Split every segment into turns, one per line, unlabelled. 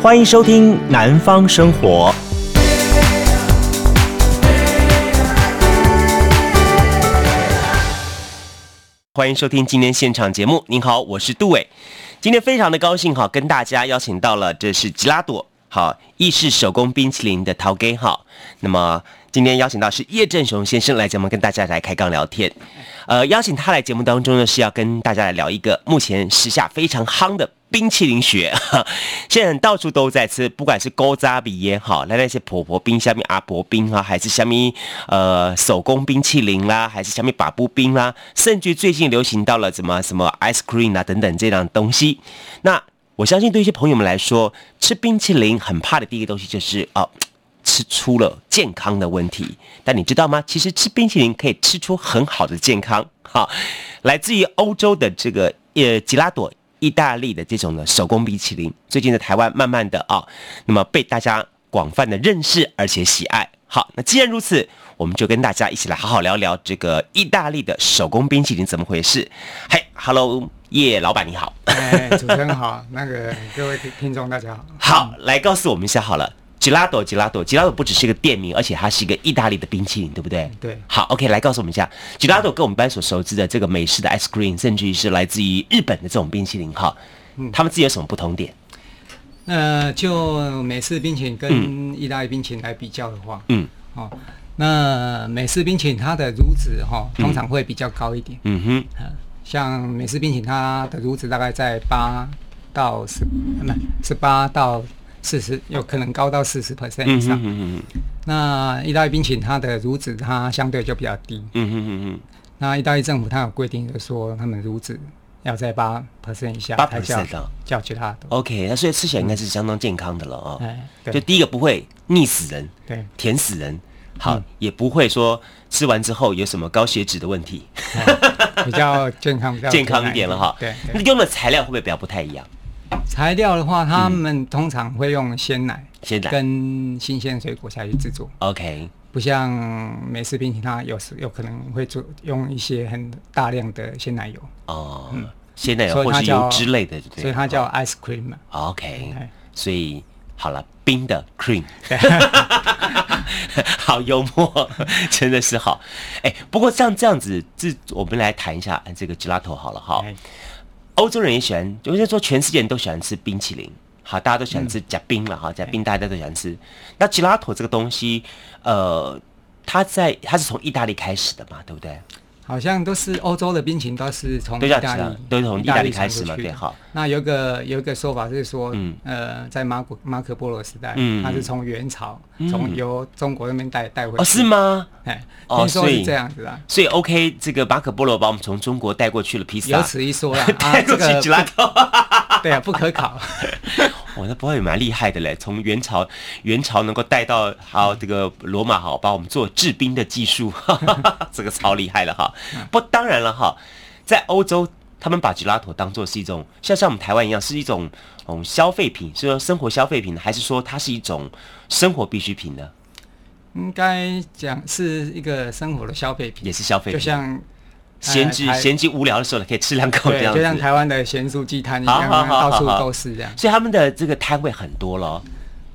欢迎收听《南方生活》。欢迎收听今天现场节目。您好，我是杜伟。今天非常的高兴哈，跟大家邀请到了，这是吉拉朵好意式手工冰淇淋的陶给好。那么今天邀请到是叶振雄先生来节目跟大家来开杠聊天。呃，邀请他来节目当中呢，是要跟大家来聊一个目前时下非常夯的冰淇淋学， 现在到处都在吃，不管是勾扎比也好，那那些婆婆冰、下面阿婆冰啊，还是下面呃手工冰淇淋啦，还是下面把布冰啦，甚至最近流行到了怎么什么 ice cream 啊等等这样的东西，那。我相信对一些朋友们来说，吃冰淇淋很怕的第一个东西就是哦，吃出了健康的问题。但你知道吗？其实吃冰淇淋可以吃出很好的健康。哈，来自于欧洲的这个呃吉拉朵，意大利的这种的手工冰淇淋，最近在台湾慢慢的啊、那么被大家广泛的认识而且喜爱。好，那既然如此，我们就跟大家一起来好好聊聊这个意大利的手工冰淇淋怎么回事。嘿，Hello，叶老板你好。
哎，主持人好，那个各位听众大家好。
好，来告诉我们一下好了。吉拉朵，吉拉朵，吉拉朵不只是一个店名，而且它是一个意大利的冰淇淋，对不对？
对
好，OK，来告诉我们一下，吉拉朵跟我们一般所熟知的这个美式的 ice cream，甚至于是来自于日本的这种冰淇淋哈，
嗯
他们自己有什么不同点？
呃，就美式冰淇淋跟意大利冰淇淋来比较的话，
嗯，
哦，那美式冰淇淋它的乳脂哈、哦，通常会比较高一点。
嗯哼，
呃像美式冰淇淋它的乳脂大概在八到十，不十八到四十，有可能高到四十 percent 以
嗯哼
上。
嗯哼
那意大利冰淇淋它的乳脂它相对就比较低。
嗯哼嗯
那意大利政府它有规定，就说他们乳脂要在八 percent 以下
8%
才叫
啊
叫其他的。
哼，OK，那所以吃起来应该是相当健康的了哦。
哎，
就
对
第一个不会腻死人，
对，嗯
甜死人，好，也不会说吃完之后有什么高血脂的问题，
比较健康，比 较
健康一点了哈。嗯
对，
那
对
用的材料会不会比较不太一样？
材料的话，他们通常会用鲜奶、
鲜奶
跟新鲜水果下去制作，
OK，
不像美式冰淇淋，它有时有可能会做用一些很大量的鲜奶油，
哦，鲜奶
嗯所以
或
它
是油
叫
之类的，对不对？
所以它叫 ice cream 嘛。
哦 OK，
哎
所以好了，冰的 cream，好幽默，真的是好。哎，不过像这样子，这我们来谈一下哎这个 gelato 好了哈。
哎
欧洲人也喜欢，就是说全世界人都喜欢吃冰淇淋，好，大家都喜欢吃
嗯
夹冰了哈，
哎
夹冰大家都喜欢吃。那 gelato 这个东西，呃，它在它是从意大利开始的嘛，对不对？
好像都是欧洲的冰淇淋，都是从
都
意
叫
大
吉拉
利，
都是从意大利开
传
始嘛
出去
对
的
好。
那有一个有一个说法是说，呃，在马古马可波罗时代，
嗯
它是从元朝从由中国那边带带回
哦，
去，
是？吗？
哎，
哦
听说
所以
是这样子啊，
所以 OK，这个马可波罗把我们从中国带过去了披萨，。
有此一说啦 啊，
带
这
过去
个
吉拉头。
对啊，不可考。
哇，那不会蛮厉害的嘞！从元朝，元朝能够带到还有这个罗马哈，把我们做制冰的技术， 哈哈哈，这个超厉害了哈。
嗯
不，当然了哈，在欧洲，他们把吉拉妥当做是一种，像像我们台湾一样，是一种嗯消费品，是说生活消费品，还是说它是一种生活必需品呢？
应该讲是一个生活的消费品，
也是消费
就
品，
像哎呃
闲置
呃台
闲置无聊的时候呢，可以吃两口这
对，
样
就像
子。
台湾的咸酥鸡摊一
好
样，
好好
到处
好好
都是这样。
所以他们的这个摊位很多咯，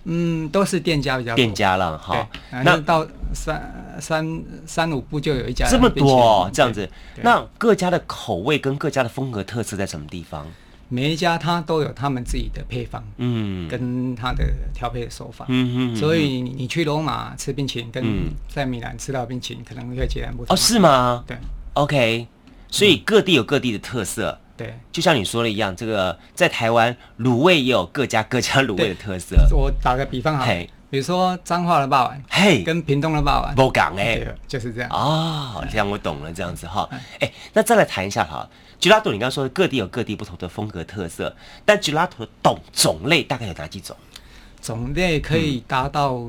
嗯，都是店家比较多
店家了哈那
对。，那到三三三五步就有一家
这么多哦
冰淇淋
这样子，
对
那各家的口味跟各家的风格特色在什么地方？
每一家它都有他们自己的配方
嗯
跟它的调配的手法，
嗯嗯，
所以你你去罗马吃冰淇淋
嗯
跟在米兰吃到冰淇淋可能会截然不同。
哦是吗
对
？OK，所以各地有各地的特色，
对，
就像你说的一样，这个在台湾卤味也有各家各家卤味的特色。
我打个比方好了
嘿，
比如说彰化的霸王
嘿，
跟屏东的霸王，
不讲哎
对，嗯就是这样。
哦，这样我懂了，这样子哈。哎，那再来谈一下哈。吉拉图，你刚刚说的各地有各地不同的风格特色，但吉拉图的种种类大概有哪几种？
种类可以达到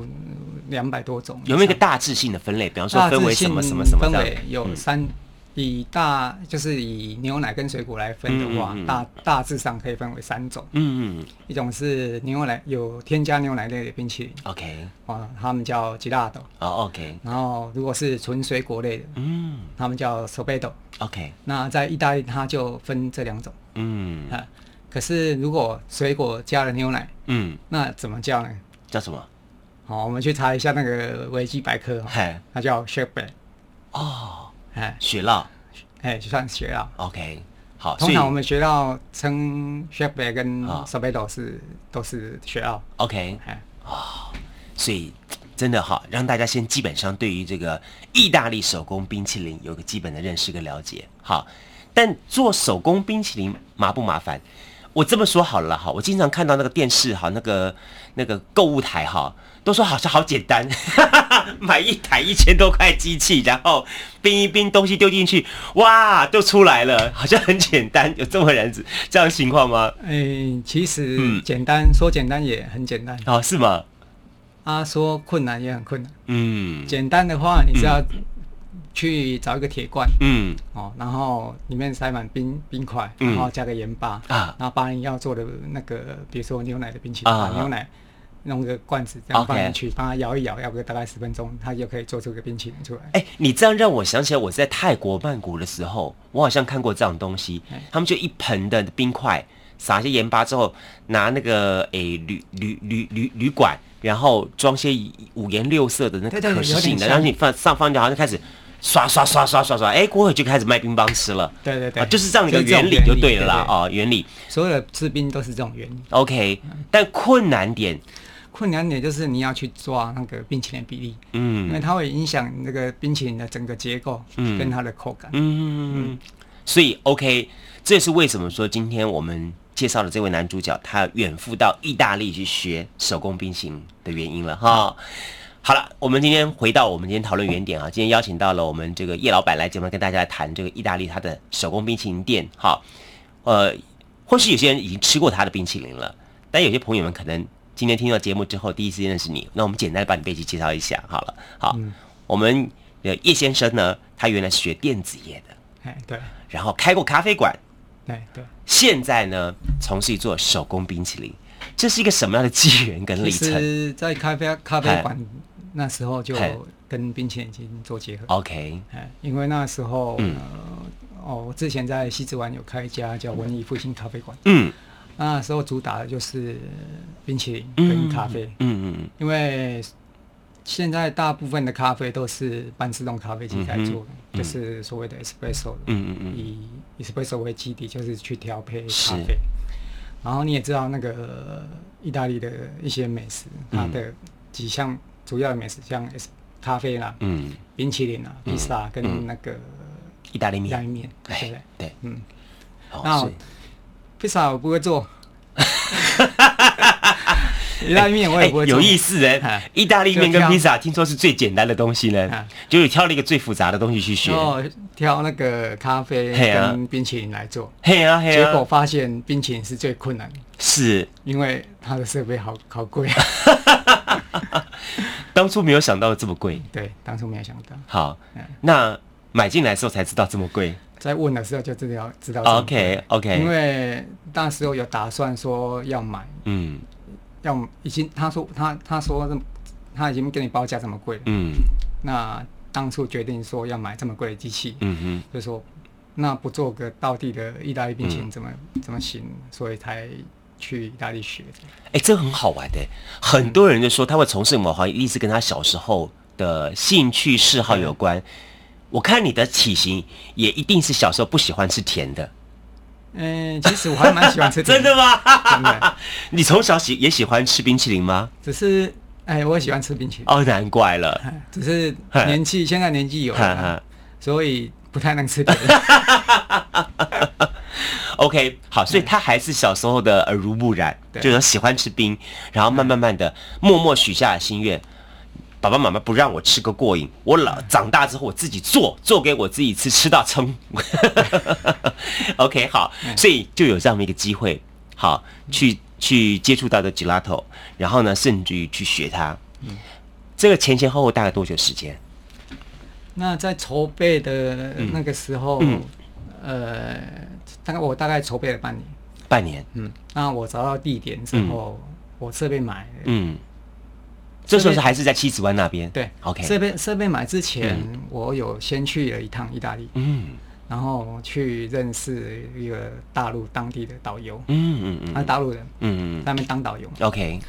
两百多种以
嗯
上，
有没有一个大致性的分类？比方啊说
大
分
致
为什
性
么什么什么
啊分
这
为
样？嗯
有三，以大就是以牛奶跟水果来分的话，
嗯嗯嗯
大大致上可以分为三种，
嗯嗯
一种是牛奶有添加牛奶类的冰淇淋，
，OK，
啊，他们叫吉拉豆。
哦，OK，
然后如果是纯水果类的，
嗯
他们叫 sorbet。
，OK，
那在意大利它就分这两种
嗯
啊，可是如果水果加了牛奶，
嗯，
那怎么叫呢？
叫什么？
好，我们去查一下那个维基百科哦，
嘿，
它叫 sherbet，
哦，
哎
雪酪。
哎，就算学到。
OK，好，所
通
以
常我们学到称 sherbet 跟
啊
sorbet 是都是学到，
OK，
哎，
所以真的哈，让大家先基本上对于这个意大利手工冰淇淋有个基本的认识跟了解。好，但做手工冰淇淋麻不麻烦？我这么说好了哈，我经常看到那个电视哈，那个那个购物台哈，都说好像好简单，买一台一千多块机器，然后冰一冰，东西丢进去，哇，就出来了，好像很简单，有这么样子这样的情况吗？
哎，其实
嗯
简单说简单也很简单，
啊，是吗？
啊，说困难也很困难。
嗯
简单的话，你只要去找一个铁罐
嗯
哦，然后里面塞满冰冰块，
嗯
然后加个盐巴，
啊
然后把你要做的那个，比如说牛奶的冰淇淋，
啊
把牛奶弄个罐子这样
OK
放进去，帮它摇一摇，要个大概十分钟，它就可以做出个冰淇淋出来。
哎、你这样让我想起来，我在泰国曼谷的时候，我好像看过这种东西
哎。
他们就一盆的冰块，撒些盐巴之后，拿那个诶、铝铝铝铝铝管，然后装些五颜六色的那个
对对
可食
有点
性的，
像
然后你放上放掉，然后就开始刷刷刷刷刷刷，哎、过会就开始卖冰棒吃了。
对对对
啊，就是这样一个
就是这种
原理
原
就
理
对了啦
对对
啊、哦，原理
所有的制冰都是这种原理，
OK，但
嗯
困难点，
困难点就是你要去抓那个冰淇淋比例，因为
嗯
它会影响那个冰淇淋的整个结构
嗯
跟它的口感。
嗯，所以 OK，这也是为什么说今天我们介绍的这位男主角他远赴到意大利去学手工冰淇淋的原因了哈。好了，我们今天回到我们今天讨论原点啊，今天邀请到了我们这个叶老板来节目跟大家谈这个意大利他的手工冰淇淋店哈。呃，或许有些人已经吃过他的冰淇淋了，但有些朋友们可能今天听到节目之后第一次认识你，那我们简单地把你背景介绍一下好了。好，我们呃叶先生呢，他原来是学电子业的，
哎，对
然后开过咖啡馆，
对对。
现在呢从事一做手工冰淇淋，这是一个什么样的机缘跟历
其
程
实，在咖啡咖啡馆那时候就
嗨
跟冰淇淋已经做结合，
？OK，
哎，因为那时候、
嗯
呃，哦，我之前在西子湾有开一家叫文艺复兴咖啡馆，
嗯
那时候主打的就是冰淇淋
嗯，
跟咖啡，
嗯嗯
因为现在大部分的咖啡都是半自动咖啡机在做的，
嗯
就是所谓的 espresso 的，
嗯嗯
以 espresso 为基底，就是去调配
是
咖啡。然后你也知道那个意大利的一些美食，
嗯
它的几项主要的美食像 es- 咖啡啦、
嗯嗯，
冰淇淋啦、披萨跟那个
意大利
意大利
面，
面，对不对
哎？对，
嗯，那
哦
我
是。
披萨我不 会做，意大利面我也不会做，
有意思哎
哎！
意大利面
就
跟
挑
披萨听说是最简单的东西呢
哎，哦
就挑了一个最复杂的东西去学
然。后挑那个咖啡
嘿啊
跟冰淇淋来做，
嘿啊嘿
结果
啊，
发现冰淇淋是最困难的，
是
因为它的设备好好贵。
当初没有想到这么贵。
对，当初没有想到，
好
嗯，
那买进来的时候才知道这么贵。
在问的时候就知道知道这么贵。
哦 OK OK，
因为那时候有打算说要买，
嗯
要已经他说他他说这么他已经给你报价这么贵了，
嗯
那当初决定说要买这么贵的机器，
嗯哼
就说那不做个道地的意大利冰淇
嗯
淋怎么、怎么行？所以才去意大利学的。
哎、这个很好玩的。很多人就说他会从事某行业，一定是跟他小时候的兴趣嗜好有关。我看你的体型也一定是小时候不喜欢吃甜的，
嗯，其实我还蛮喜欢 吃
真的
吗？
吗？
真的，
你从小喜也喜欢吃冰淇淋吗？
只是哎，我喜欢吃冰淇淋，
哦，难怪了。
哎只是
哎
年纪现在年纪有
哈
了
哈，
所以不太能吃 甜的。
OK，好，所以他还是小时候的耳濡目染，
对
就是喜欢吃冰，然后慢慢慢的默默许下了心愿。爸爸妈妈不让我吃个过瘾，我老长大之后我自己做，做给我自己吃，吃到撑。OK，好，
嗯
所以就有这样的一个机会，好去去接触到的 gelato，然后呢，甚至于去学它。
嗯
这个前前后后大概多久时间？
那在筹备的
嗯
那个时候，呃，大概我大概筹备了半年。
半年。
嗯，那我找到地点之后，我设备买了，
嗯，这时候是
这边
还是在七子湾那边。
对
，OK，
设备设备买之前，我有先去了一趟意大利，
嗯
然后去认识一个大陆当地的导游，
嗯嗯
他是大陆人，
嗯嗯
在那边当导游。
嗯，OK，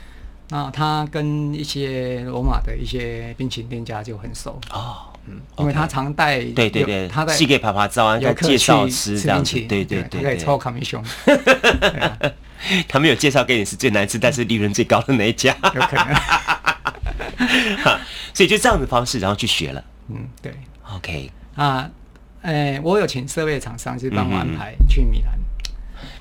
那他跟一些罗马的一些冰淇淋店家就很熟，
哦，
因为他常带
对对
有
对，
他在
寄给爬爬照啊，
游
他
客
介绍
去
吃
吃
这样
冰
子
淇淋，，
对对对
他可以抽
对，
commission，
他们有介绍给你是最难吃，但是利润最高的那一家，
有可能，
所以就这样的方式，然后去学了
嗯，对
，OK。
啊，哎、我有请设备厂商去帮
嗯嗯
我安
嗯
排去米兰，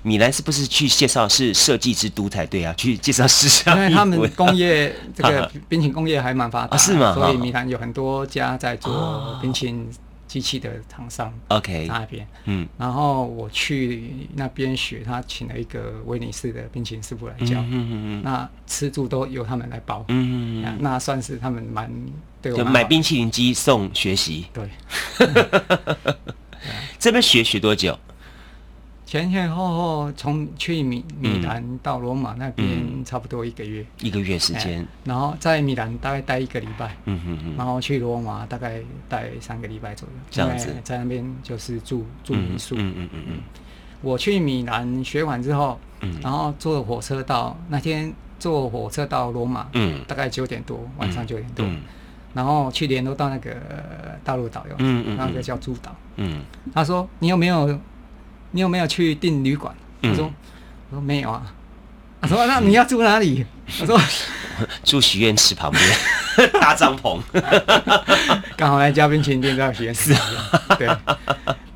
米兰是不是去介绍是设计之都才对啊？去介绍时尚
因为
衣服
他们工 业这
哈
个冰淇淋工业还蛮发达、
啊是吗
所以
哈
米兰有很多家在做
哦
冰淇淋机器的厂商
OK，
在那边。
嗯
然后我去那边学，他请了一个威尼斯的冰淇淋师傅来
嗯
教，
嗯嗯
那吃住都由他们来包，
嗯
啊
嗯
那算是他们蛮对
嗯，
我
就
蛮
买
好的
冰淇淋机送学习，
对，
这边学学多久？
前前后后从去米米兰到罗马那边差不多一个月，
一个嗯月时间
哎，然后在米兰大概待一个礼拜，
嗯嗯嗯
然后去罗马大概待三个礼拜左右，
这样子
因为在那边就是住住
嗯
民宿。
嗯嗯嗯嗯，
我去米兰学完之后，
嗯
然后坐火车到那天坐火车到罗马，
嗯
大概九点多，晚上九点多，
嗯
然后去联络到那个呃大陆导游，
嗯嗯嗯
那个叫朱导，
嗯
他说你有没有你有没有去订旅馆？
嗯
我说我说没有啊。他说那你要住哪里？我说
嗯，住许愿池旁边 搭帐篷，
刚好那家冰淇淋店在实验室里面。对，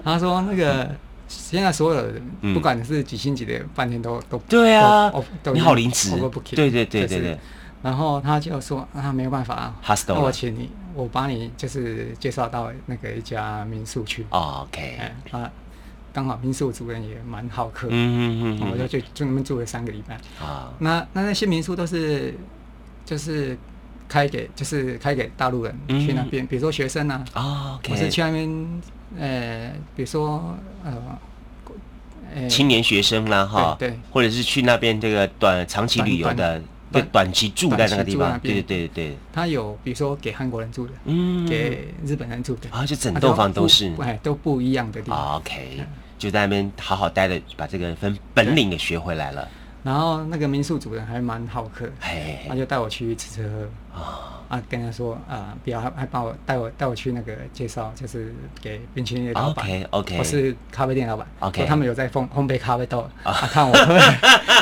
他说那个现在所有的
嗯
人，不管是几星级的饭店都都
对啊
都都
你好临时
都 overbooking，
对对对
就是
对对
然后他就说啊，没有办法啊
Hostel
那
了
我请你，我把你就是介绍到那个一家民宿去。
OK，
哎啊，刚好民宿主人也蛮好客，
嗯嗯
我就
嗯
去住那边住了三个礼拜。
嗯，啊，
那那那些民宿都是就是开给就是开给大陆人
嗯
去那边，比如说学生啊，
啊
我是
，OK，
去那边，呃，比如说呃，呃，
青年学生啦哈，
对对
或者是去那边这个短长期
短
旅游的
短，
对，
短
短期住在那个地
短
方，
期
对
住那
对
边
对对，
他有比如说给韩国人住的，
嗯，
给日本人住的，
啊，就整
啊
栋房都
不
是啊
哎，都不一样的地方。
，OK，就在那边好好待着，把这个分本领给学回来了，
然后那个民宿主人还蛮好客，
嘿嘿
他
嘿
就带我去吃吃喝喝，
啊，
啊，跟他说啊，不要，还还帮我带我带我去那个介绍，就是给冰淇淋的老板
OK，OK
我是咖啡店老板
哦 OK
说他们有在烘烘焙咖 啡豆，啊，看我喝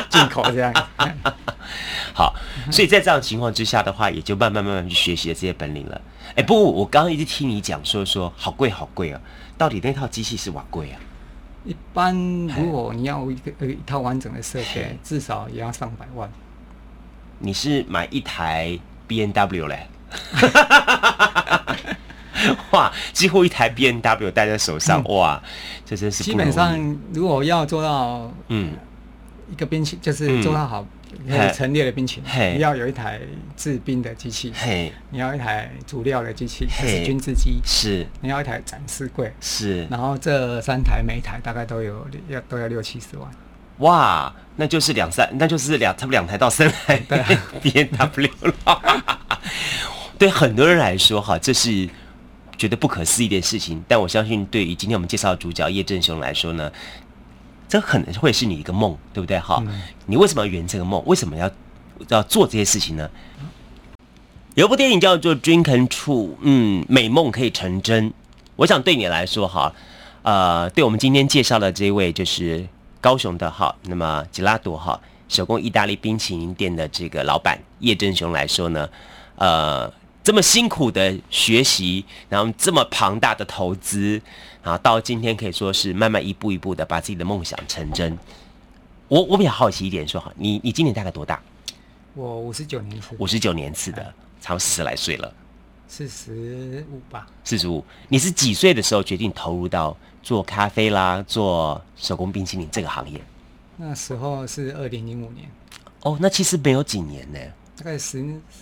进口这样。哎
好，所以在这样的情况之下的话，也就慢慢慢慢去学习了这些本领了。哎，不过我刚刚一直听你讲说说好贵好贵啊，到底那套机器是瓦贵啊？
一般如果你要一个呃一套完整的设备，至少也要上百万。
你是买一台 B N W 嘞？ 哇，几乎一台 B N W 戴在手上，哇，这真是不
嗯基
容易
本上，如果要做到
嗯
一个冰淇，就
嗯
是做到好可
嘿
以陈列的冰淇
嘿
淋，你要有一台制冰的机器，
嘿
你要一台主料的机器，
嘿
就是军制机，
是
你要一台展示柜，
是
然后这三台每一台大概都有要都要六七十万。
哇，那就是两三，那就是两差不多两台到三台 B N W 了。对很多人来说哈，这是觉得不可思议的事情，但我相信对于今天我们介绍的主角叶振雄来说呢，这可能会是你一个梦，对不对哈？
嗯
你为什么要圆这个梦？为什么要要做这些事情呢？有一部电影叫做《Dream Can True》，嗯，美梦可以成真。我想对你来说哈，呃，对我们今天介绍的这位就是高雄的哈，那么吉拉朵哈手工意大利冰淇淋店的这个老板叶振雄来说呢，呃，这么辛苦的学习，然后这么庞大的投资，啊，到今天可以说是慢慢一步一步的把自己的梦想成真。我我比较好奇一点说哈，你你今年大概多大？
我五十九年次，
五十九年次的，差不多四十来岁了，
四十五吧，
四十五。你是几岁的时候决定投入到做咖啡啦、做手工冰淇淋这个行业？
那时候是二零零五年，
哦，那其实没有几年呢。
大概十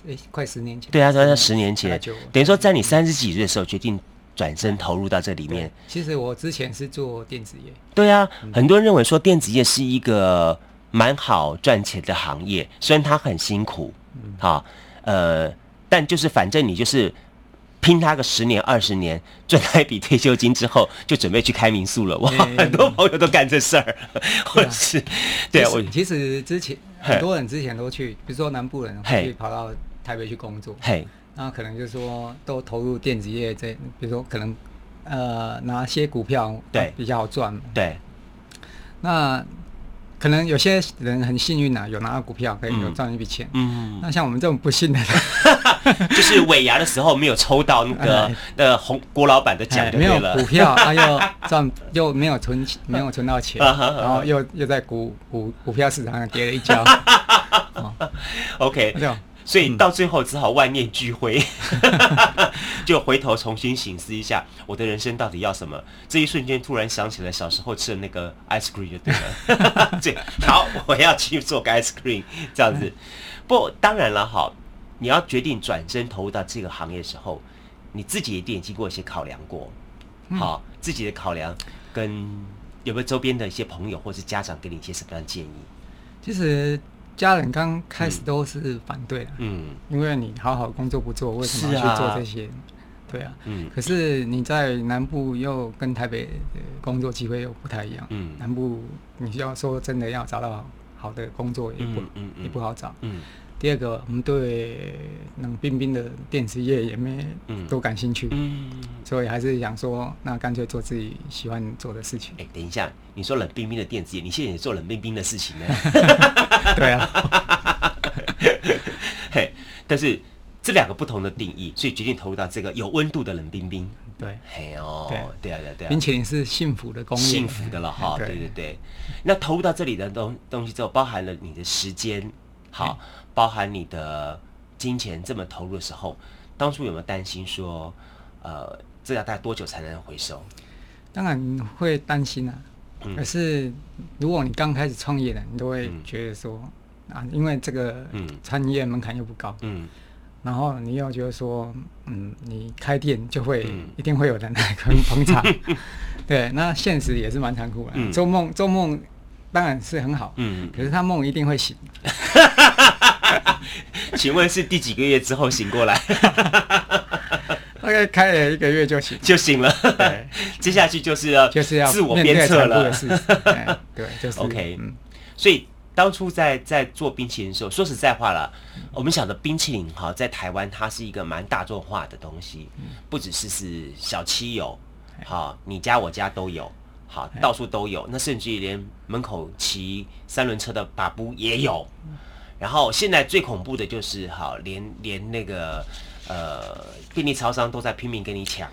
诶、快十年前。
对啊，大概十年
大
前
概就，
等于说在你三十几岁的时候决定转身投入到这里面
对。，其实我之前是做电子业，
对啊，
嗯
很多人认为说电子业是一个蛮好赚钱的行业，
嗯
虽然它很辛苦，好、呃，但就是反正你就是拼他个十年二十年，赚到一笔退休金之后，就准备去开民宿了。哇，
嗯啊
很多朋友都干这事儿，或者是对啊
其
我
实其实之前
嘿
很多人之前都去，比如说南部人
嘿
会去跑到台北去工作，
嘿
那可能就是说都投入电子业这，比如说可能呃拿些股票啊
对
比较好赚嘛。
对
那可能有些人很幸运啊，有拿到股票可以有
嗯
赚一笔钱。
嗯，
那像我们这种 不幸的人，
就是尾牙的时候没有抽到那个
哎
呃红郭老板的奖
哎
就
没
对
有
了
股。票，他又赚又没有存起没有存到钱，
啊哈啊哈
然后又又在股股股票市场上跌了 一跤，
OK，
那就
所以到最后只好万念俱灰， 就回头重新醒思一下，我的人生到底要什么？这一瞬间突然想起了小时候吃的那个 ice cream 就对了。 对，好，我要去做个 ice cream 这样子。不，当然了，好，你要决定转身投入到这个行业的时候，你自己一定也经过一些考量过，好，自己的考量跟有没有周边的一些朋友或是家长给你一些什么样的建议？
其实家人刚开始都是反对的，
嗯
因为你好好工作不做，为什么
是啊
要去做这些？对啊，
嗯
可是你在南部又跟台北的工作机会又不太一样，
嗯
南部你要说真的要找到好的工作也不、
嗯嗯嗯
也不好找。
嗯
第二个，我们对冷冰冰的电子业也没
嗯
多感兴趣，
嗯。
所以还是想说，那干脆做自己喜欢做的 事情。
哎、等一下，你说冷冰冰的电子业，你现在也做冷冰冰的事 情呢？
对啊，
嘿，但是这两个不同的定义，所以决定投入到这个有温度的冷冰冰。
对，
嘿哦，对
对
啊，对啊，对啊
冰，淇淋是幸福的工业，
幸福的了哈。对对对，那投入到这里的东东西之后，包含了你的时间，好，
嗯
包含你的金钱，这么投入的时候，当初有没有担心说，呃，这要大概多久才能回收？
当然会担心啊，
嗯
可是如果你刚开始创业的，你都会
嗯
觉得说、啊，因为这个
嗯
创业门槛又不高，
嗯，
然后你又觉得说，嗯，你开店就会、
嗯
一定会有人来跟你 捧场，对，那现实也是蛮残酷的。
嗯
做梦做梦当然是很好，
嗯
可是他梦一定会醒，
请问是第几个月之后醒过来
大概开了一个月就醒
，就醒了？
对，
接下去就是要
就是要
自我
面对
鞭策
残酷
了
的。事实，对对，就是
OK
嗯，
所以当初在在做冰淇淋的时候，说实在话了，我们想的冰淇淋哈，在台湾它是一个蛮大众化的东西，
嗯
不只是是小七有，
哎
好，你家我家都有，好，到处都有，那甚至于连门口骑三轮车的把布也有。
嗯
然后现在最恐怖的就是，好，连连那个呃便利超商都在拼命跟你抢。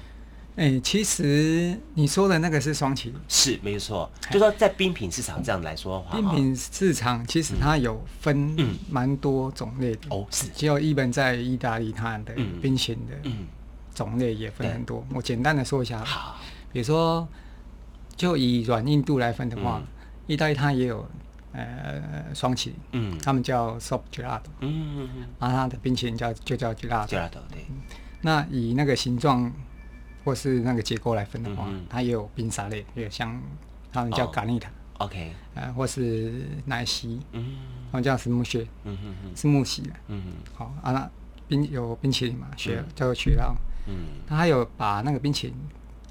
哎、其实你说的那个是双旗。
是没错，就说在冰品市场这样来说的话，
冰品市场其实它有分
嗯
蛮多种类的，
哦是
只有一本在意大利它的
嗯
冰淇淋的
嗯，
种类也分
对
很多。我简单的说一下，
好，
比如说就以软硬度来分的话
嗯，
意大利它也有呃双淇淋，
嗯
他们叫 soft gelato，
嗯嗯，
啊，它的冰淇淋叫就叫
就
gelato。
拉头对，
那以那个形状或是那个结构来分的话
嗯哼，
它也有冰沙类，也有像他们叫
哦
咖喱塔，
OK，
呃，或是奶昔，
嗯
他们叫石木屑。
嗯嗯嗯
是木喜的，
嗯
好啊，那冰有冰淇淋嘛，雪叫做雪酪，
嗯，
那还有把那个冰淇淋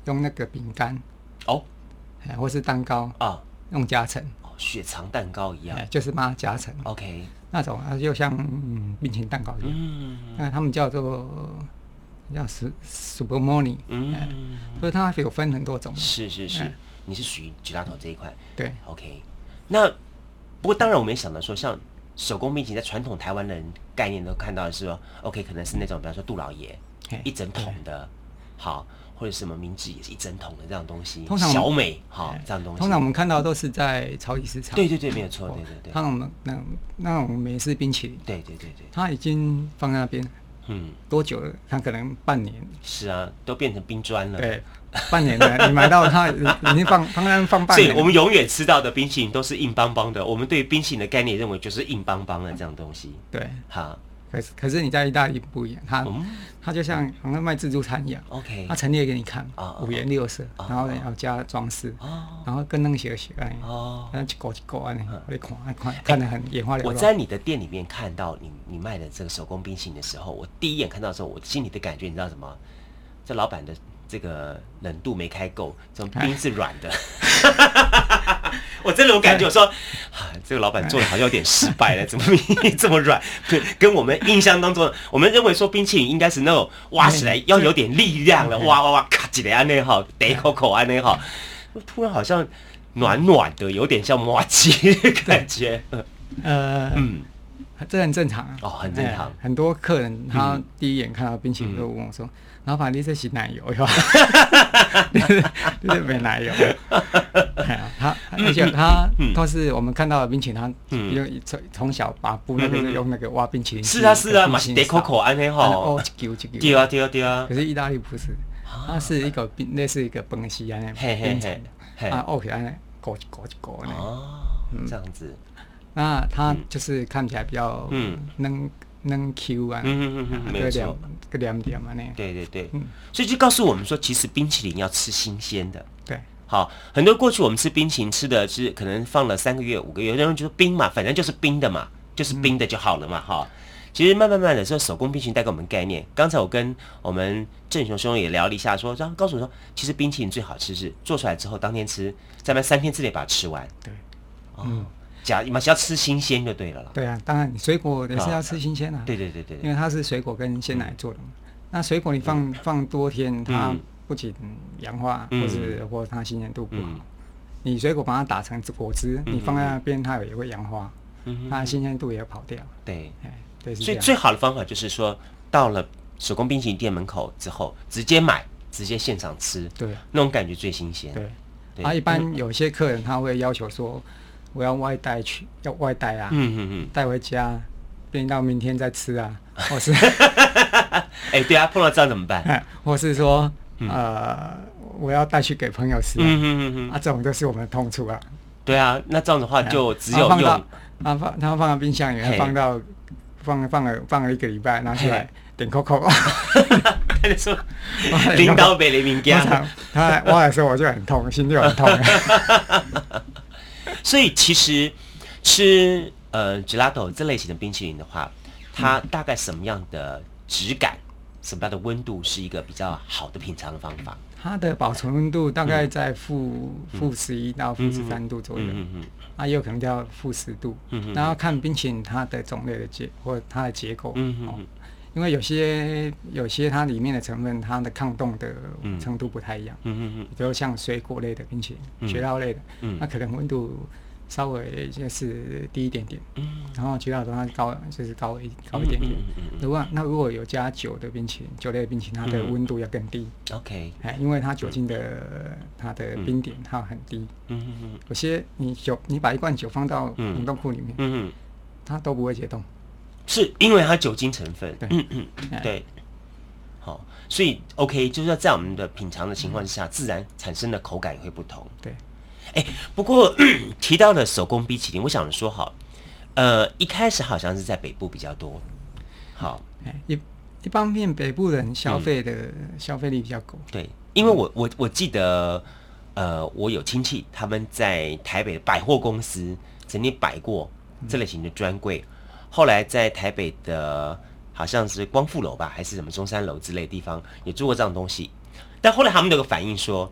用那个饼干，
哦
哎，或是蛋糕
啊，
用夹层，
哦，雪藏蛋糕一样
哎，就是把它夹层
，OK，
那种，啊，就像、嗯、冰淇淋蛋糕一样，
嗯
那他们叫做叫 su super money，
嗯，
所以它有分很多种，
是是是，你是属于吉拉头这一块
对，
，OK，那不过当然我们也想到说，像手工冰淇淋在传统台湾人概念都看到的是说，OK，可能是那种比方说杜老爷
嘿
一整桶的，好。或者什么明治也是一整桶的这样东西，
通常我们
小美好这样东西，
通常我们看到都是在超级市场，
对对对没有错，
哦
对对对，
它那种那那种美式冰淇淋，
对对对对，
它已经放在那边
嗯，
多久了？它可能半年，
是啊，都变成冰砖了。，
对，半年的你买到它已已经放，当然放半
所以
年了。
我们永远吃到的冰淇淋都是硬邦邦的。我们对冰淇淋的概念认为就是硬邦邦的这样东西。
对，
好，
可是可是你在意大利不一样，它、
嗯哦哎
它就像好像卖自助餐一样，
，OK，
它陈列给你看
啊啊，
五颜六色，
啊
然后要加装饰，
哦
然后跟那个鞋鞋哎，
哦，嗯
然后一个一个安尼，我咧看看看得很眼花缭
我
乱。
在你的店里面看到你你卖的这个手工冰淇淋的时候，我第一眼看到的时候，我心里的感觉你知道什么？这老板的这个冷度没开够，怎么冰是软的？ 我真的有感觉，我说啊，这个老板做的好像有点失败了，怎么冰这么软？跟跟我们印象当中，我们认为说冰淇淋应该是那种挖起来要有点力量了，哇哇哇，咔几来安内哈，得一口口安内哈，我突然好像暖暖的，有点像麻鸡的感觉。
呃，
嗯，
这很正常啊。
哦很正常嗯
哎很多客人他第一眼看到冰淇淋都问我说：“老板，你这是奶油 哟？”就是没奶油。哎呀他而且他都是我们看到的冰淇淋，他
嗯
因为从从小把布那个
嗯嗯嗯
用那个挖冰淇淋机
是啊是啊，
跟
嘛
冰
是
淇
得
淋
口
勺
口安内
啊
哈
哦，，一球一
对
球。
啊对啊对啊
可，是意大利不是，它是一个冰类似一个崩西啊那样
嘿嘿
冰层
嘿，嘿，
啊，嗯哦，起来呢，裹一裹一裹呢。
哦，这样子，
那它就是看起来比较
嗯
嫩嫩 Q 啊，
嗯嗯嗯嗯，没有
个
错
两，个两点嘛呢，
对对对
嗯，
所以就告诉我们说，其实冰淇淋要吃新鲜的。
对
好，很多过去我们吃冰淇淋吃的是可能放了三个月、五个月，有的人就说冰嘛，反正就是冰的嘛，就是冰的就好了嘛，哈。其实慢慢慢的，这手工冰淇淋带给我们概念。刚才我跟我们郑雄兄也聊了一下说，让告诉我说，其实冰淇淋最好吃是做出来之后当天吃，在那三天之内把它吃完。
对嗯
哦，假嘛是要吃新鲜就对了啦。
对啊，当然水果也是要吃新鲜啊，
对对嗯对对
因
对，
为它是水果跟鲜奶做的嘛。那水果你放放多天，它
嗯
不仅氧化，
嗯
或是或它新鲜度不
嗯
好。你水果把它打成果汁，你放在那边它也会氧化，
嗯哼，
它新鲜度也跑掉。
对。
哎，对，是
所
这
以
样。
最好的方法就是说，到了手工冰淇淋店门口之后，直接买，直接现场吃，
对
那种感觉最新鲜。
对。
对
啊，一般有些客人他会要求说，我要外带去，要外带啊，
嗯嗯嗯，
带回家，冰到明天再吃 啊，或是
哎、对啊，碰到这样怎么办？
或 是说，呃，我要带去给朋友吃啊，
嗯嗯嗯嗯，
啊，这种都是我们的痛处啊。
对啊，那这样的话就只
啊
有
放
用，
到啊放，他放到冰箱里
嘿
面，放到放放了放了一个礼拜，拿出来
嘿
点 Coco，
他就说领导北雷明 家。
他来挖的时候我就很痛， 心 就很痛。
所以其实吃呃 gelato 这类型的冰淇淋的话，它
嗯
大概什么样的质感、什么样的温度是一个比较好的品尝的方法？
它的保存温度大概在负负十一到负十三度左右，
嗯嗯嗯嗯
啊，也有可能到负十度
嗯嗯嗯，
然后看冰淇淋它的种类的结或它的结构，
嗯嗯
哦
嗯，
因为有些有些它里面的成分，它的抗冻的
嗯
程度不太一样，
嗯嗯嗯
比如像水果类的冰淇
嗯
淋、雪酪类的
嗯，
那可能温度稍微就是低一点点，
嗯，
然后雪酪的话高就是高一高一点点
嗯嗯嗯嗯。
如果那如果有加酒的冰淇淋，酒类的冰淇淋，它的
嗯
温度要更低。
OK，
哎，因为它酒精的它的冰点它很低，
嗯嗯嗯
有些你酒你把一罐酒放到
嗯
冷冻库里面，
嗯嗯，
它都不会解冻。
是因为它酒精成分，
对
嗯嗯
哎
对，好，所以 OK，就是说在我们的品尝的情况之下，自然产生的口感也会不同。
对，
哎、不过提到了手工冰淇淋，我想说好，呃，一开始好像是在北部比较多，好，
哎，一一方面北部人消费的、
嗯
消费力比较高，
对，因为我我我记得，呃，我有亲戚他们在台北百货公司曾经摆过这类型的专柜，后来在台北的好像是光复楼吧，还是什么中山楼之类的地方也做过这样的东西，但后来他们有个反应说，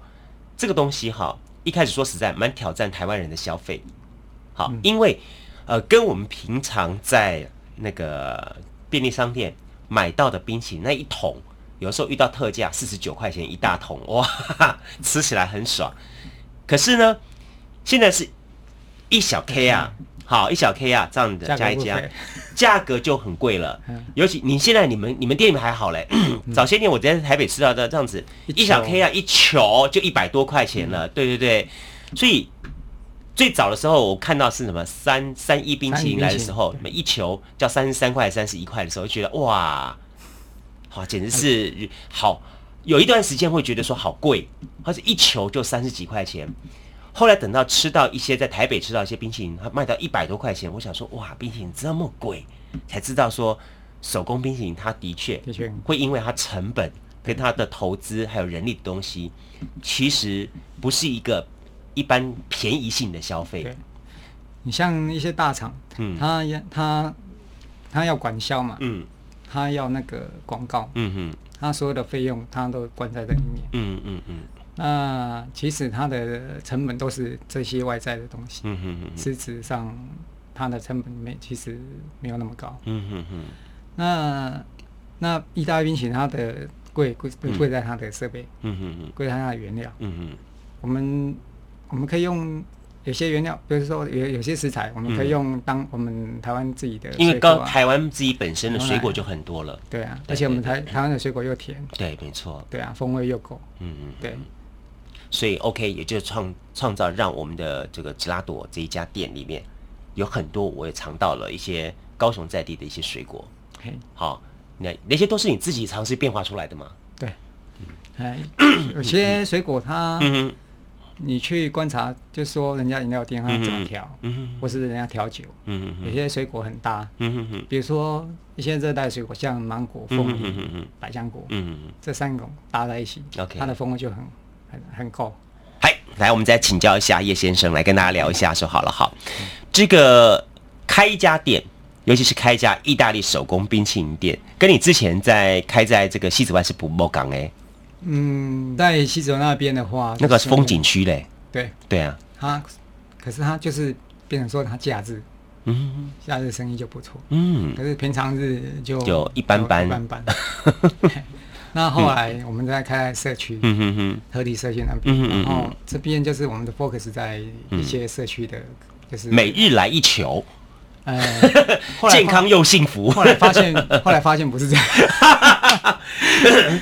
这个东西哈，一开始说实在蛮挑战台湾人的消费，好，
嗯
因为呃，跟我们平常在那个便利商店买到的冰淇淋那一桶，有时候遇到特价四十九块钱一大桶，哇， 吃起来很爽。可是呢，现在是一小 K 啊，好一小 K 啊，这样的
嗯价
加一
格不
加
菲，
价格就很贵了
嗯。
尤其你现在你们你们店里面还好嘞， 早些年我在台北吃到的这样子
一
一小
球嗯
K 啊一球就一百多块钱了，对对对，所以最早的时候，我看到是什么三三一冰淇淋来的时候，每一球叫三十三块、三十一块的时候，就觉得哇，哇，简直是好。有一段时间会觉得说好贵，它是一球就三十几块钱。后来等到吃到一些在台北吃到一些冰淇淋，它卖到一百多块钱，我想说哇，冰淇淋这么贵，才知道说手工冰淇淋它的确
的确
会因为它成本跟它的投资还有人力的东西，其实不是一个一般便宜性的消费
对。你像一些大厂，
嗯
它也它它要管销嘛，
嗯，
他要那个广告，
嗯哼，
他所有的费用他都关在这里面。
嗯嗯嗯
那其实它的成本都是这些外在的东西，
嗯哼嗯
实质上它的成本没其实没有那么高。
嗯哼嗯
那那意大利冰淇淋它的贵贵贵贵在它的设备，
嗯哼
贵在它的原料。
嗯哼
我们我们可以用有些原料，比如说有有些食材，我们可以用当我们台湾自己的
嗯因为
水果
刚
啊，
台湾自己本身的水果就很多了，
对啊，
对
而且我们台台湾的水果又甜，
对，没错，
对啊，风味又够，
嗯嗯，
对，
所以 OK 也就创创造让我们的这个吉拉朵这一家店里面有很多我也尝到了一些高雄在地的一些水果，
嘿，
好，那那些都是你自己尝试变化出来的吗？
对，哎，有些水果它。
嗯哼
你去观察，就说人家饮料店它怎么调，
嗯
或是人家调酒，
嗯
有些水果很搭，
嗯哼哼
比如说一些热带水果，像芒果、凤
嗯嗯嗯嗯
梨、百香果，
嗯。
这三种搭在一起
OK
它的风味就很很很够。
嗨，来，我们再请教一下叶先生，来跟大家聊一下，说好了，好，这个开一家店，尤其是开一家意大利手工冰淇淋店，跟你之前在开在这个西子湾是不不港哎，
嗯，在西子湾那边的话，
那个
就是
风，景区嘞，
对
对啊，
它，可是它就是变成说它假日，
嗯
假日生意就不错，
嗯
可是平常日就
就一般般
就一 般般。 那后来我们再开在社区，
嗯哼哼，
合理社区那边，
嗯嗯嗯
然后这边就是我们的 focus 在一些社区的，就是
每日来一球，
呃
健。康又幸福，
后来发后来发现，后 来发现不是这样，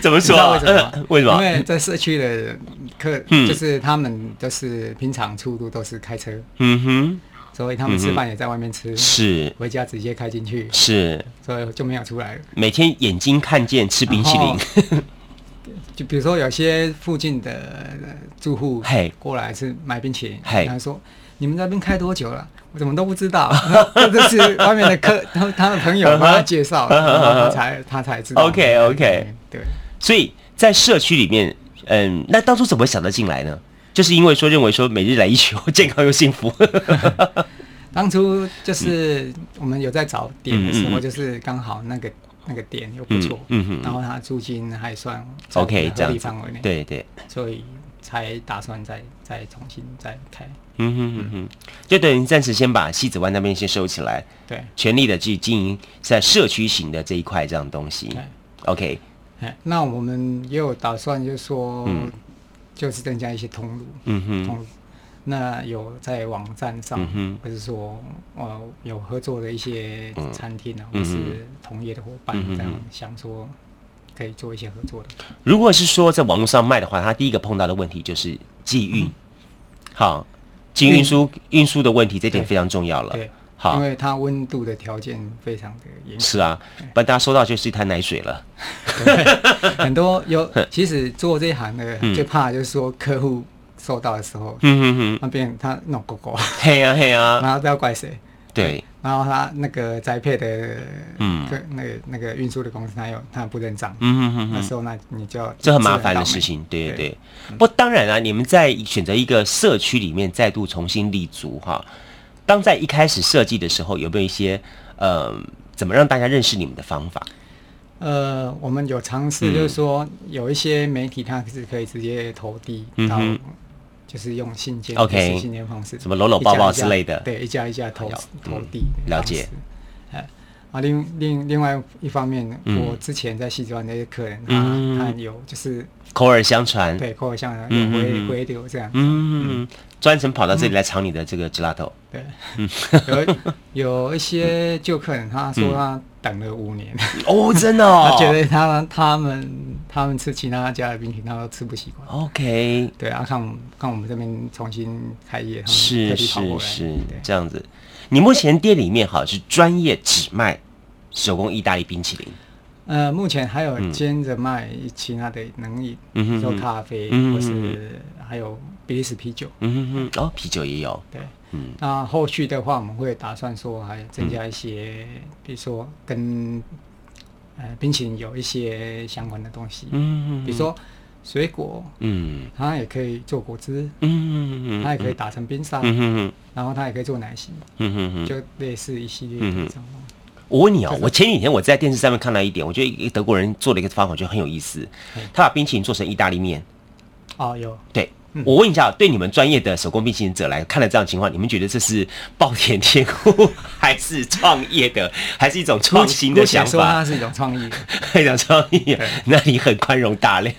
怎么
你知
说
道为
啊？？
什么吗
为什
因
么？
为在社区的客，
嗯
就是他们都是平常出入都是开车，
嗯哼，
所以他们吃饭也在外面吃，
是
回家直接开进去，
是，
所以就没有出来了。
每天眼睛看见吃冰淇淋，
就比如说有些附近的呃住户
嘿
过来是买冰淇淋，
嘿
然后说你们在那边开多久了？我怎么都不知道， 这这是外面的客，他他的 朋友
嗯哼
帮他介绍，
嗯哼
然后
嗯
他
哼
才他才知道。
OK，OK
对，
所以在社区里面，嗯，那当初怎么想得进来呢？就是因为说认为说每日来一球， 健康又幸福。
当初就是我们有在找点的时
嗯嗯嗯
候，
嗯
就是刚好那个那个点又不错，
嗯嗯嗯
然后他租金还算在
OK，这
合
样
理
子
范围内，，
对对，
所以才打算再再重新再开。
嗯哼嗯哼，就等于暂时先把西子湾那边先收起来，
对，
全力的去经营在社区型的这一块这样东西
对。
OK，
哎那我们也有打算，就是说，
嗯
就是增加一些通路，
嗯哼，
通路。那有在网站上，
嗯哼
或者说呃有合作的一些餐厅啊，
嗯
或是同业的伙伴，
嗯哼
这样想说可以做一些合作的。
如果是说在网络上卖的话，他第一个碰到的问题就是寄运，
嗯
好，寄运输运输的问题，这点
对
非常重要了。
对，
好
因为它温度的条件非常的 严
是啊，不然大家收到就是一滩奶水了。
苛，很多 有其实做这一行的
嗯
最怕就是说客户收到的时候，
嗯哼哼，
那边他弄狗狗，
嘿呀嘿呀，
然后都要怪谁？
对，
然后他那个宅配的，
嗯
客，那个那个运输的公司，他有他不认账，
嗯哼哼哼
那。时候那你就要
这很麻烦的事情，对对对。不，当然啊，你们在选择一个社区里面再度重新立足哈。当在一开始设计的时候，有没有一些呃，怎么让大家认识你们的方法？
呃，我们有尝
嗯
试，就是说有一些媒体它是可以直接投递
嗯
到
哼，
就是用信件
OK
就是信件方式，
什么搂搂抱抱
一家一家
之类的
对，一家一家投
了
投递
嗯
的
了
方式。
解
哎，啊，另另另外一方面，
嗯
我之前在西子湾那些客人，他
嗯
他有就是
口耳相传，
对，或者像有
嗯
回
嗯嗯
回流这样，
嗯，专程跑到这里来尝你的这个 gelato，
对，
嗯
有有一些旧客人，他说他等了五年，
哦，真的嗯哦，
嗯他觉得他他们他们吃其他家的冰淇淋，他都吃不习惯。
OK，
对啊，看我们看我们这边重新开业，他们特
是
地跑过
是
来
是
对，
这样子。你目前店里面好是专业只卖手工意大利冰淇淋，
呃，目前还有兼着卖其他的能饮，
嗯
比
哼
如说咖啡，
嗯哼
或是还有比利时啤酒。
嗯哼哼，哦，啤酒也有，
对，
嗯
那后续的话，我们会打算说还增加一些，
嗯
比如说跟呃冰淇淋有一些相关的东西，
嗯，
比如说水果，
嗯。
它也可以做果汁，
嗯
它也可以打成冰沙，
嗯哼哼
然后它也可以做奶昔，
嗯哼哼，
就类似一系列的这种东西。
我问你哦
就，是
我前几天我在电视上面看到一点，我觉得一个德国人做了一个方法，我觉得很有意思。他把冰淇淋做成意大利面。
哦，有
对，我问一下，对你们专业的手工冰淇淋者来看了这样的情况，你们觉得这是暴殄天物，还是创业的，还是一种创新的
目
想
前目前说啊
法？
它是一种创意，
非常创意， 那你很宽容大 量。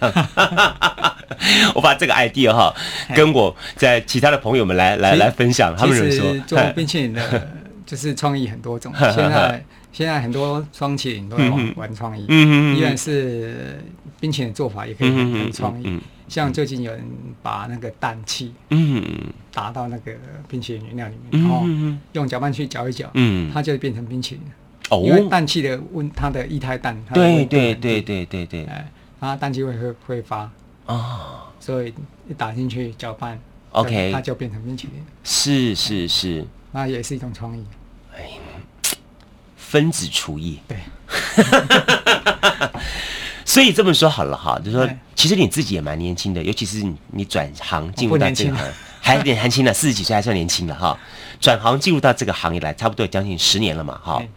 我把这个 idea 哈，跟我在其他的朋友们来来
其实
来分享， 他们有
其
人
实
说，
做
哎
冰淇淋的 就是创意很 多种，现在现在很多双淇淋都在
嗯
玩
哼
玩创意，
嗯嗯嗯
依然是冰淇淋的做法也可以
嗯哼嗯
很很创
嗯
意
嗯。
像最近有人把那个氮气
嗯
打到那个冰淇淋原料里面，然
嗯
后
嗯
用搅拌器搅一搅，
嗯，
它就变成冰淇淋了。
哦
因，为氮气的温，它的液态氮，它的
对
温度
对
很低
对，对对对，
哎，它氮气会会挥发，
啊，
所以一打进去搅拌
OK
它就变成冰淇淋了，
是是是，
那也是一种创意。
分子厨艺。
对，
所以这么说好了哈，就是说
对，
其实你自己也蛮年轻的，尤其是你你转行进入到这个行
不年轻了，
还有点年轻了，四十几岁还算年轻了哈。转行进入到这个行业来，差不多将近十年了嘛哈
对。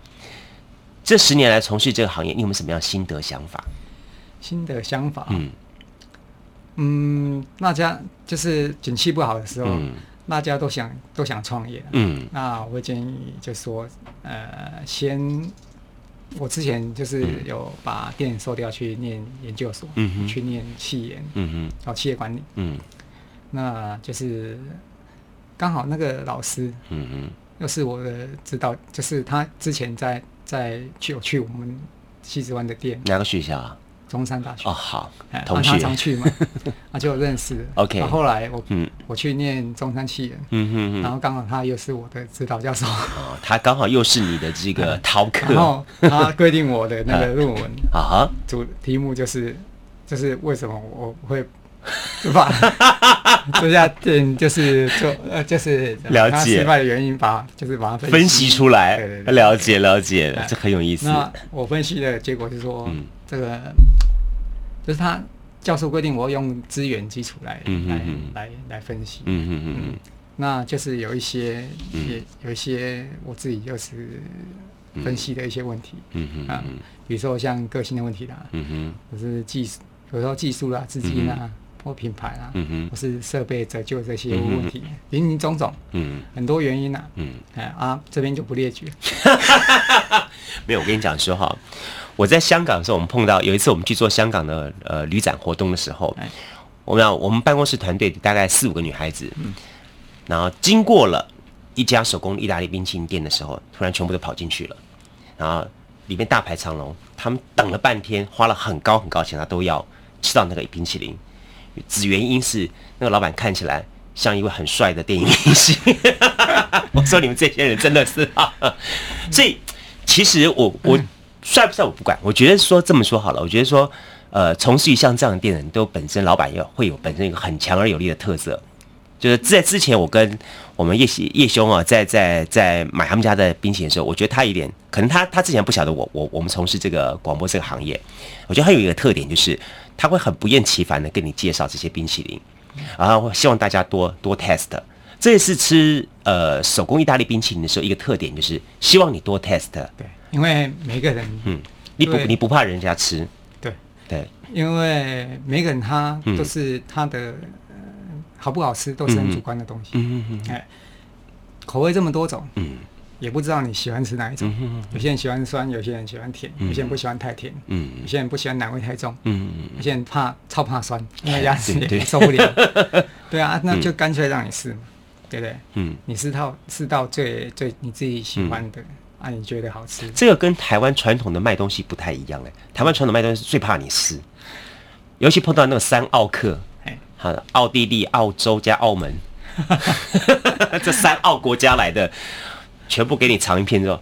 这十年来从事这个行业，你有没有什么样的心得想法？
新的想法，
嗯
嗯，大家就是景气不好的时候，
嗯
大家都想都想创业。
嗯
那我会建议就说，呃，先我之前就是有把店收掉去念研究所，
嗯哼
去念企研，
嗯
哦，企业管理。
哼嗯
那就是刚好那个老师
嗯嗯
又是我的指导，就是他之前在在去有去我们西子湾的店，
哪个学校啊？
中山大学
哦，好
哎，
同
啊、他
学，
常 去嘛，啊就有认识了。
OK
啊后来我、
嗯
我去念中山企研，
嗯哼
然
哼，
后刚好他又是我的指导 教授，
哦，他刚好又是你的这个逃
哎然
课
后他规定我的那个论文
啊哈。
主题目就是就是为什么我会。就把 这家店就是做呃就是
了
它
解
失败的原因把就是把它分析
分析出来
对对，对
了解了解
哎，
这很有意思。
那我分析的结果是说，
嗯
这个就是他教授规定我用资源基础来、
嗯哼哼
来来来分析，
嗯嗯嗯
那就是有一些、也有一些我自己就是分析的一些问题、
嗯嗯
啊，比如说像个性的问题啦，
嗯嗯
或是技术，有时候技术啦、资金啦、或品牌啦，
嗯哼
或是设备折旧这些
嗯哼
问题，林林总总
嗯
很多原因啦，
嗯，
哎啊这边就不列举，
没有，我跟你讲说哈，我在香港的时候，我们碰到有一次我们去做香港的呃旅展活动的时候
哎，
我们讲我们办公室团队大概四五个女孩子，然后经过了一家手工意大利冰淇淋店的时候，突然全部都跑进去了，然后里面大排长龙，他们等了半天，花了很高很高钱，他都要吃到那个冰淇淋。只原因是那个老板看起来像一位很帅的电影明星。 我说你们这些人真的是啊，所以其实我我帅不帅我不管，我觉得说这么说好了，我觉得说呃，从事于像这样的店的人都本身老板要会有本身一个很强而有力的特色。就是在之前，我跟我们叶喜叶兄啊，在在在买他们家的冰淇淋的时候，我觉得他有点，可能他他之前不晓得我我我们从事这个广播这个行业，我觉得他有一个特点就是他会很不厌其烦的跟你介绍这些冰淇淋，然后希望大家多多 test。这也是吃呃手工意大利冰淇淋的时候一个特点，就是希望你多 test。
对，因为每个人
嗯，你不
对
你不怕人家吃，
对。
对，
因为每个人他
嗯
都是他的、呃、好不好吃都是很主观的东西，
嗯嗯嗯
哎，口味这么多种，
嗯
也不知道你喜欢吃哪一种。
嗯嗯
有些人喜欢酸，有些人喜欢甜，有些人不喜欢太甜，有
嗯
些人不喜欢奶味太重，
嗯哎
有些人怕超怕酸，因为牙齿
对对
也受不了。 对啊，那就干脆让你试嘛，对不对？
嗯，
你试到试到最最你自己喜欢的、啊，你觉得好吃，
这个跟台湾传统的卖东西不太一样哎、台湾传统卖东西最怕你试，尤其碰到那个三奥克，
哎，
好的，奥地利、澳洲加澳门， 这三澳国家来的，全部给你尝一片之后，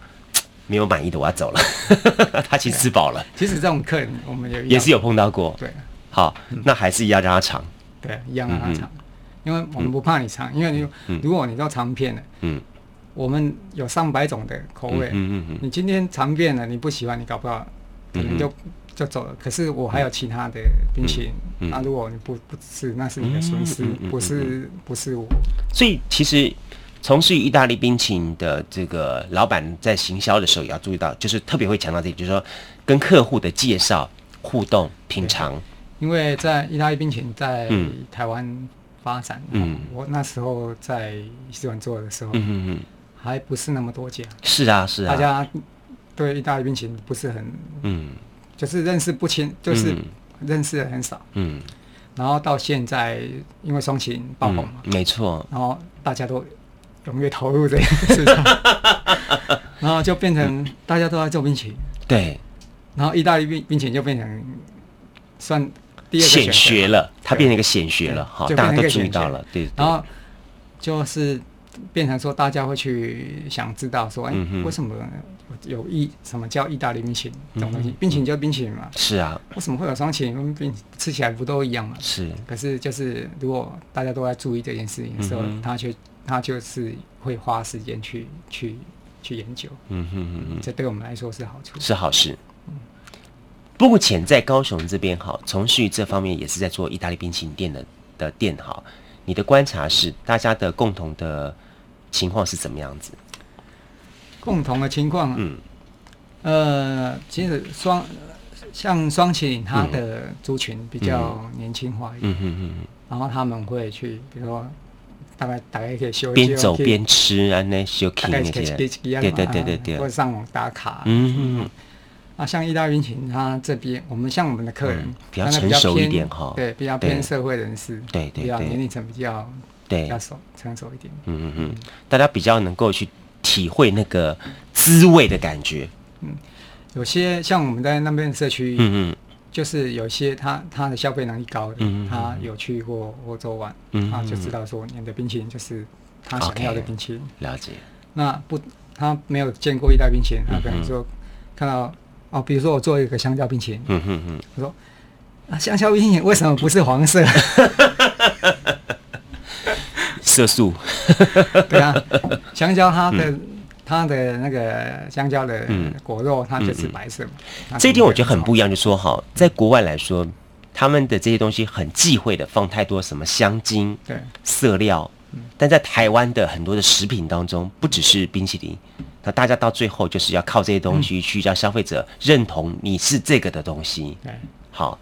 没有满意的我要走了， 他其实吃饱了，
其实这种客人我们也
也是
有
有碰到过
遇到，对。
好，那还是一样让他尝，
对，啊一样让
嗯
他尝，因为我们不怕你尝，因为你、如果你都尝遍了，
嗯
我们有上百种的口味，
嗯嗯嗯
你今天尝遍了，你不喜欢，你搞不好可能就、就走了。可是我还有其他的冰淇淋，
嗯
那、如果你不不吃，那是你的损失，
嗯嗯嗯嗯
不是不是我。
所以其实从事于意大利冰淇淋的这个老板在行销的时候也要注意到，就是特别会强调这个，就是说跟客户的介绍、互动、品尝。
因为在意大利冰淇淋在
嗯
台湾发展，
嗯
我那时候在西湾做的时候，
嗯嗯嗯，
还不是那么多家，
是啊是
大
啊，
家对意大利冰淇淋不是很，
嗯
就是认识不清，就是
嗯
认识的很少。
嗯，
然后到现在，因为双擎爆红嘛，
嗯没错，
然后大家都踊跃投入这个市场，然后就变成大家都在做冰淇淋，
对，
然后意大利冰冰淇淋就变成算第二个
显
选
学
择，
了，它
对
变成一个显学了，好，
就
大
变
家都
成一个
注意
显学啊
到了，对，对
然后就是变成说大家会去想知道说，哎、
嗯哼
为什么有意什么叫意大利冰淇淋这种
嗯
东西？冰淇淋就冰淇淋嘛，
是啊
为什么会有双淇淋冰吃起来不都一样嘛？
是，
可是就是如果大家都在注意这件事情的时候，
嗯哼
他却他就是会花时间去去去研究，
嗯哼嗯哼。
这对我们来说是好处。
是好事。目前在高雄这边哈，从事于这方面也是在做意大利冰淇淋店的的店哈。你的观察是大家的共同的情况是怎么样子？
共同的情况，啊
嗯，
呃，其实双像双麒麟，它的族群比较年轻化一点，
嗯哼哼
然后他们会去，比如说大概大概可以修
哼，
一
边
修
走
可以
边吃啊，那修
大
king
概
那
可以
些，
去去去啊
对对对对对
或者，上网打卡，
嗯嗯
啊，像意大利群，他这边我们像我们的客人，
嗯比较
他们
成熟一
偏
点哈
对，比较
对
偏社会人士，
对对
比较
对
年龄层比较比
对，
较
嗯
熟成熟一点。
嗯嗯，大家比较能够去体会那个滋味的感觉。
有些像我们在那边的社区，
嗯
就是有些他他的消费能力高的，
嗯嗯嗯
他有去过欧洲玩，
嗯
他
嗯
就
嗯
知道说你的冰淇淋就是他想
OK
要的冰淇淋。
嗯，了解。
那不，他没有见过意大利冰淇淋，他可
嗯嗯
能说看到哦，比如说我做一个香蕉冰淇淋，
嗯哼哼，
他说啊，香蕉冰淇淋为什么不是黄色？
色素，
对啊，香蕉它的、它的那个香蕉的
嗯
果肉，它就是白色嘛。它
这一点我觉得很不一
样。
样，就说哈，在国外来说，他们的这些东西很忌讳的放太多什么香精、
对，
色料，但在台湾的很多的食品当中，不只是冰淇淋，那大家到最后就是要靠这些东西去让消费者认同你是这个的东西，
对，
好，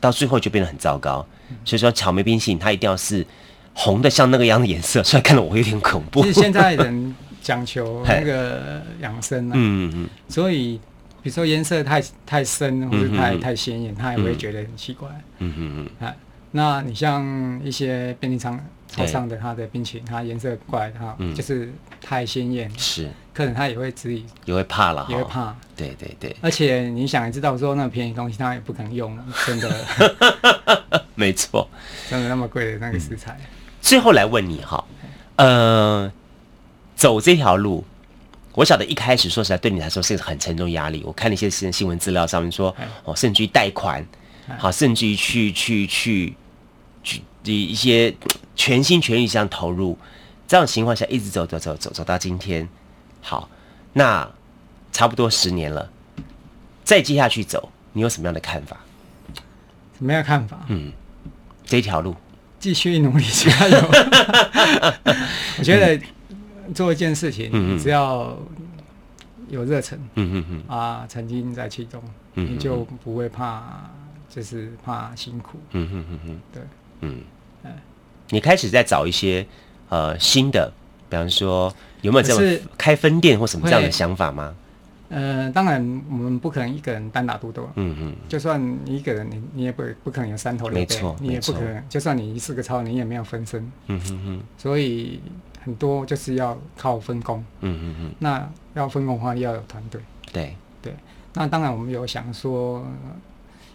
到最后就变得很糟糕。所以说，草莓冰淇淋它一定要是红的像那个样的颜色，虽然看了我有点恐怖。
其实现在人讲求
嘿
那个养生啊，
嗯嗯
所以比如说颜色太太深或
嗯
者
嗯
太
嗯
太鲜艳，他也会觉得很奇怪
嗯嗯嗯
啊。那你像一些便利商
对
超商的它的冰淇淋，它颜色怪哈
嗯，
就是太鲜艳
嗯，，是
客人他也会质疑，
也会怕了
也会
哈。
怕。
对对对，
而且你想也知道说那便宜东西他也不可能用，真的。
没错。
真的那么贵的
嗯
那个食材，
最后来问你哈，呃，走这条路，我晓得一开始说实在对你来说是很沉重压力。我看了一些新新闻资料上面说
哎，
哦，甚至于贷款，
哎
好，甚至于去去去去一些全心全意这样投入，这样的情况下一直走走走走走到今天，好，那差不多十年了，再接下去走，你有什么样的看法？
没有看法，
嗯这条路，
继续努力加 油。我觉得做一件事情，
嗯嗯
你只要有热忱
嗯嗯嗯
啊，沉浸在其中，
嗯嗯
你就不会怕，就是怕辛苦。
嗯嗯嗯嗯。
对，
嗯
嗯，
你开始在找一些呃新的，比方说有没有这
可是
种开分店或什么这样的
会
想法吗？
呃，当然我们不可能一个人单打独斗。啊
嗯嗯，
就算你一个人，你你也不不可能有三头六
没
臂
错，
你也
没
不
错
可能。就算你是个超人，你也没有分身，
嗯哼哼，
所以很多就是要靠分工。
嗯嗯嗯，
那要分工的话，要有团队。
对，
那当然，我们有想说，呃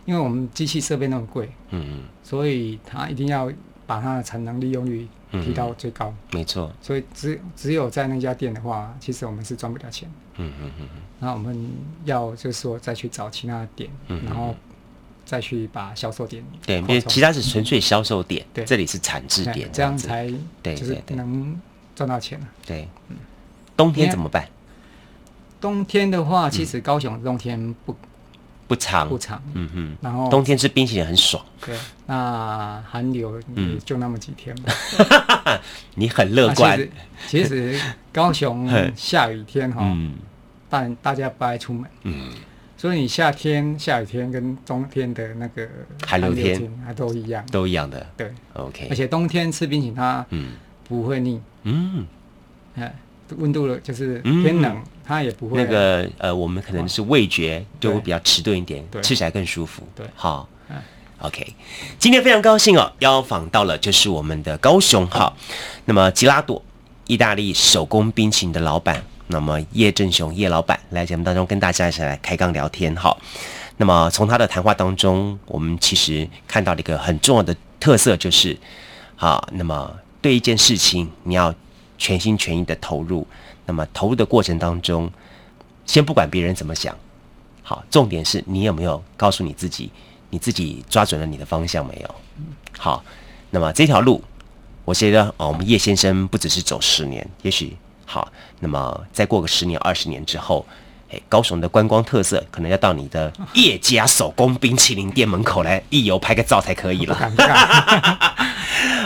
因为我们机器设备那么贵，
嗯嗯，
所以它一定要把它的产能利用率提到最高。
没错，
所以只只有在那家店的话，其实我们是赚不了钱。
嗯嗯嗯
那我们要就是说再去找其他的点，
嗯
然后再去把销售点
对，因
扩
为
充
其他是纯粹销售点，
对
这里是产制
哎
点，
这样才
对
就是
对对
能赚到钱了。啊
对。冬天
你看
怎么办？
冬天的话，其实高雄的冬天不
不长
不。长，
嗯哼，
然后
冬天吃冰淇淋很爽，
对，那寒流
嗯
也就那么几天嘛。
你很乐
那
观。
啊其实其实 高雄
嘿
下雨天哈、
嗯
但大家不爱出门，
嗯，
所以你夏天下雨天跟冬天的那个
寒流天
啊都一样，
都一样的。
对，
OK，
而且冬天吃冰淇淋它
嗯
不会腻，
嗯，
哎、温度了就是
嗯
天冷、它也不会、啊
那个呃，我们可能是味觉就会
对
比较迟钝一点，
对
吃起来更舒服。
对
好。
嗯
OK，今天非常高兴哦，邀访到了就是我们的高雄哈，那么吉拉朵，意大利手工冰淇淋的老板，那么叶振雄叶老板来节目当中跟大家一起来开杠聊天哈。那么从他的谈话当中，我们其实看到了一个很重要的特色，就是啊，那么对一件事情你要全心全意的投入，那么投入的过程当中，先不管别人怎么想，好，重点是你有没有告诉你自己，你自己抓准了你的方向没有？好，那么这条路，我觉得哦，我们叶先生不只是走十年，也许好，那么再过个十年、二十年之后。哎，高雄的观光特色可能要到你的叶家手工冰淇淋店门口来一游拍个照才可以
不
了。
敢 不敢，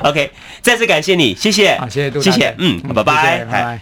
OK，再次感谢你，谢谢，
好，啊谢谢杜
谢
大
谢
姐，，
嗯，拜
谢
拜，
谢
哎
拜拜。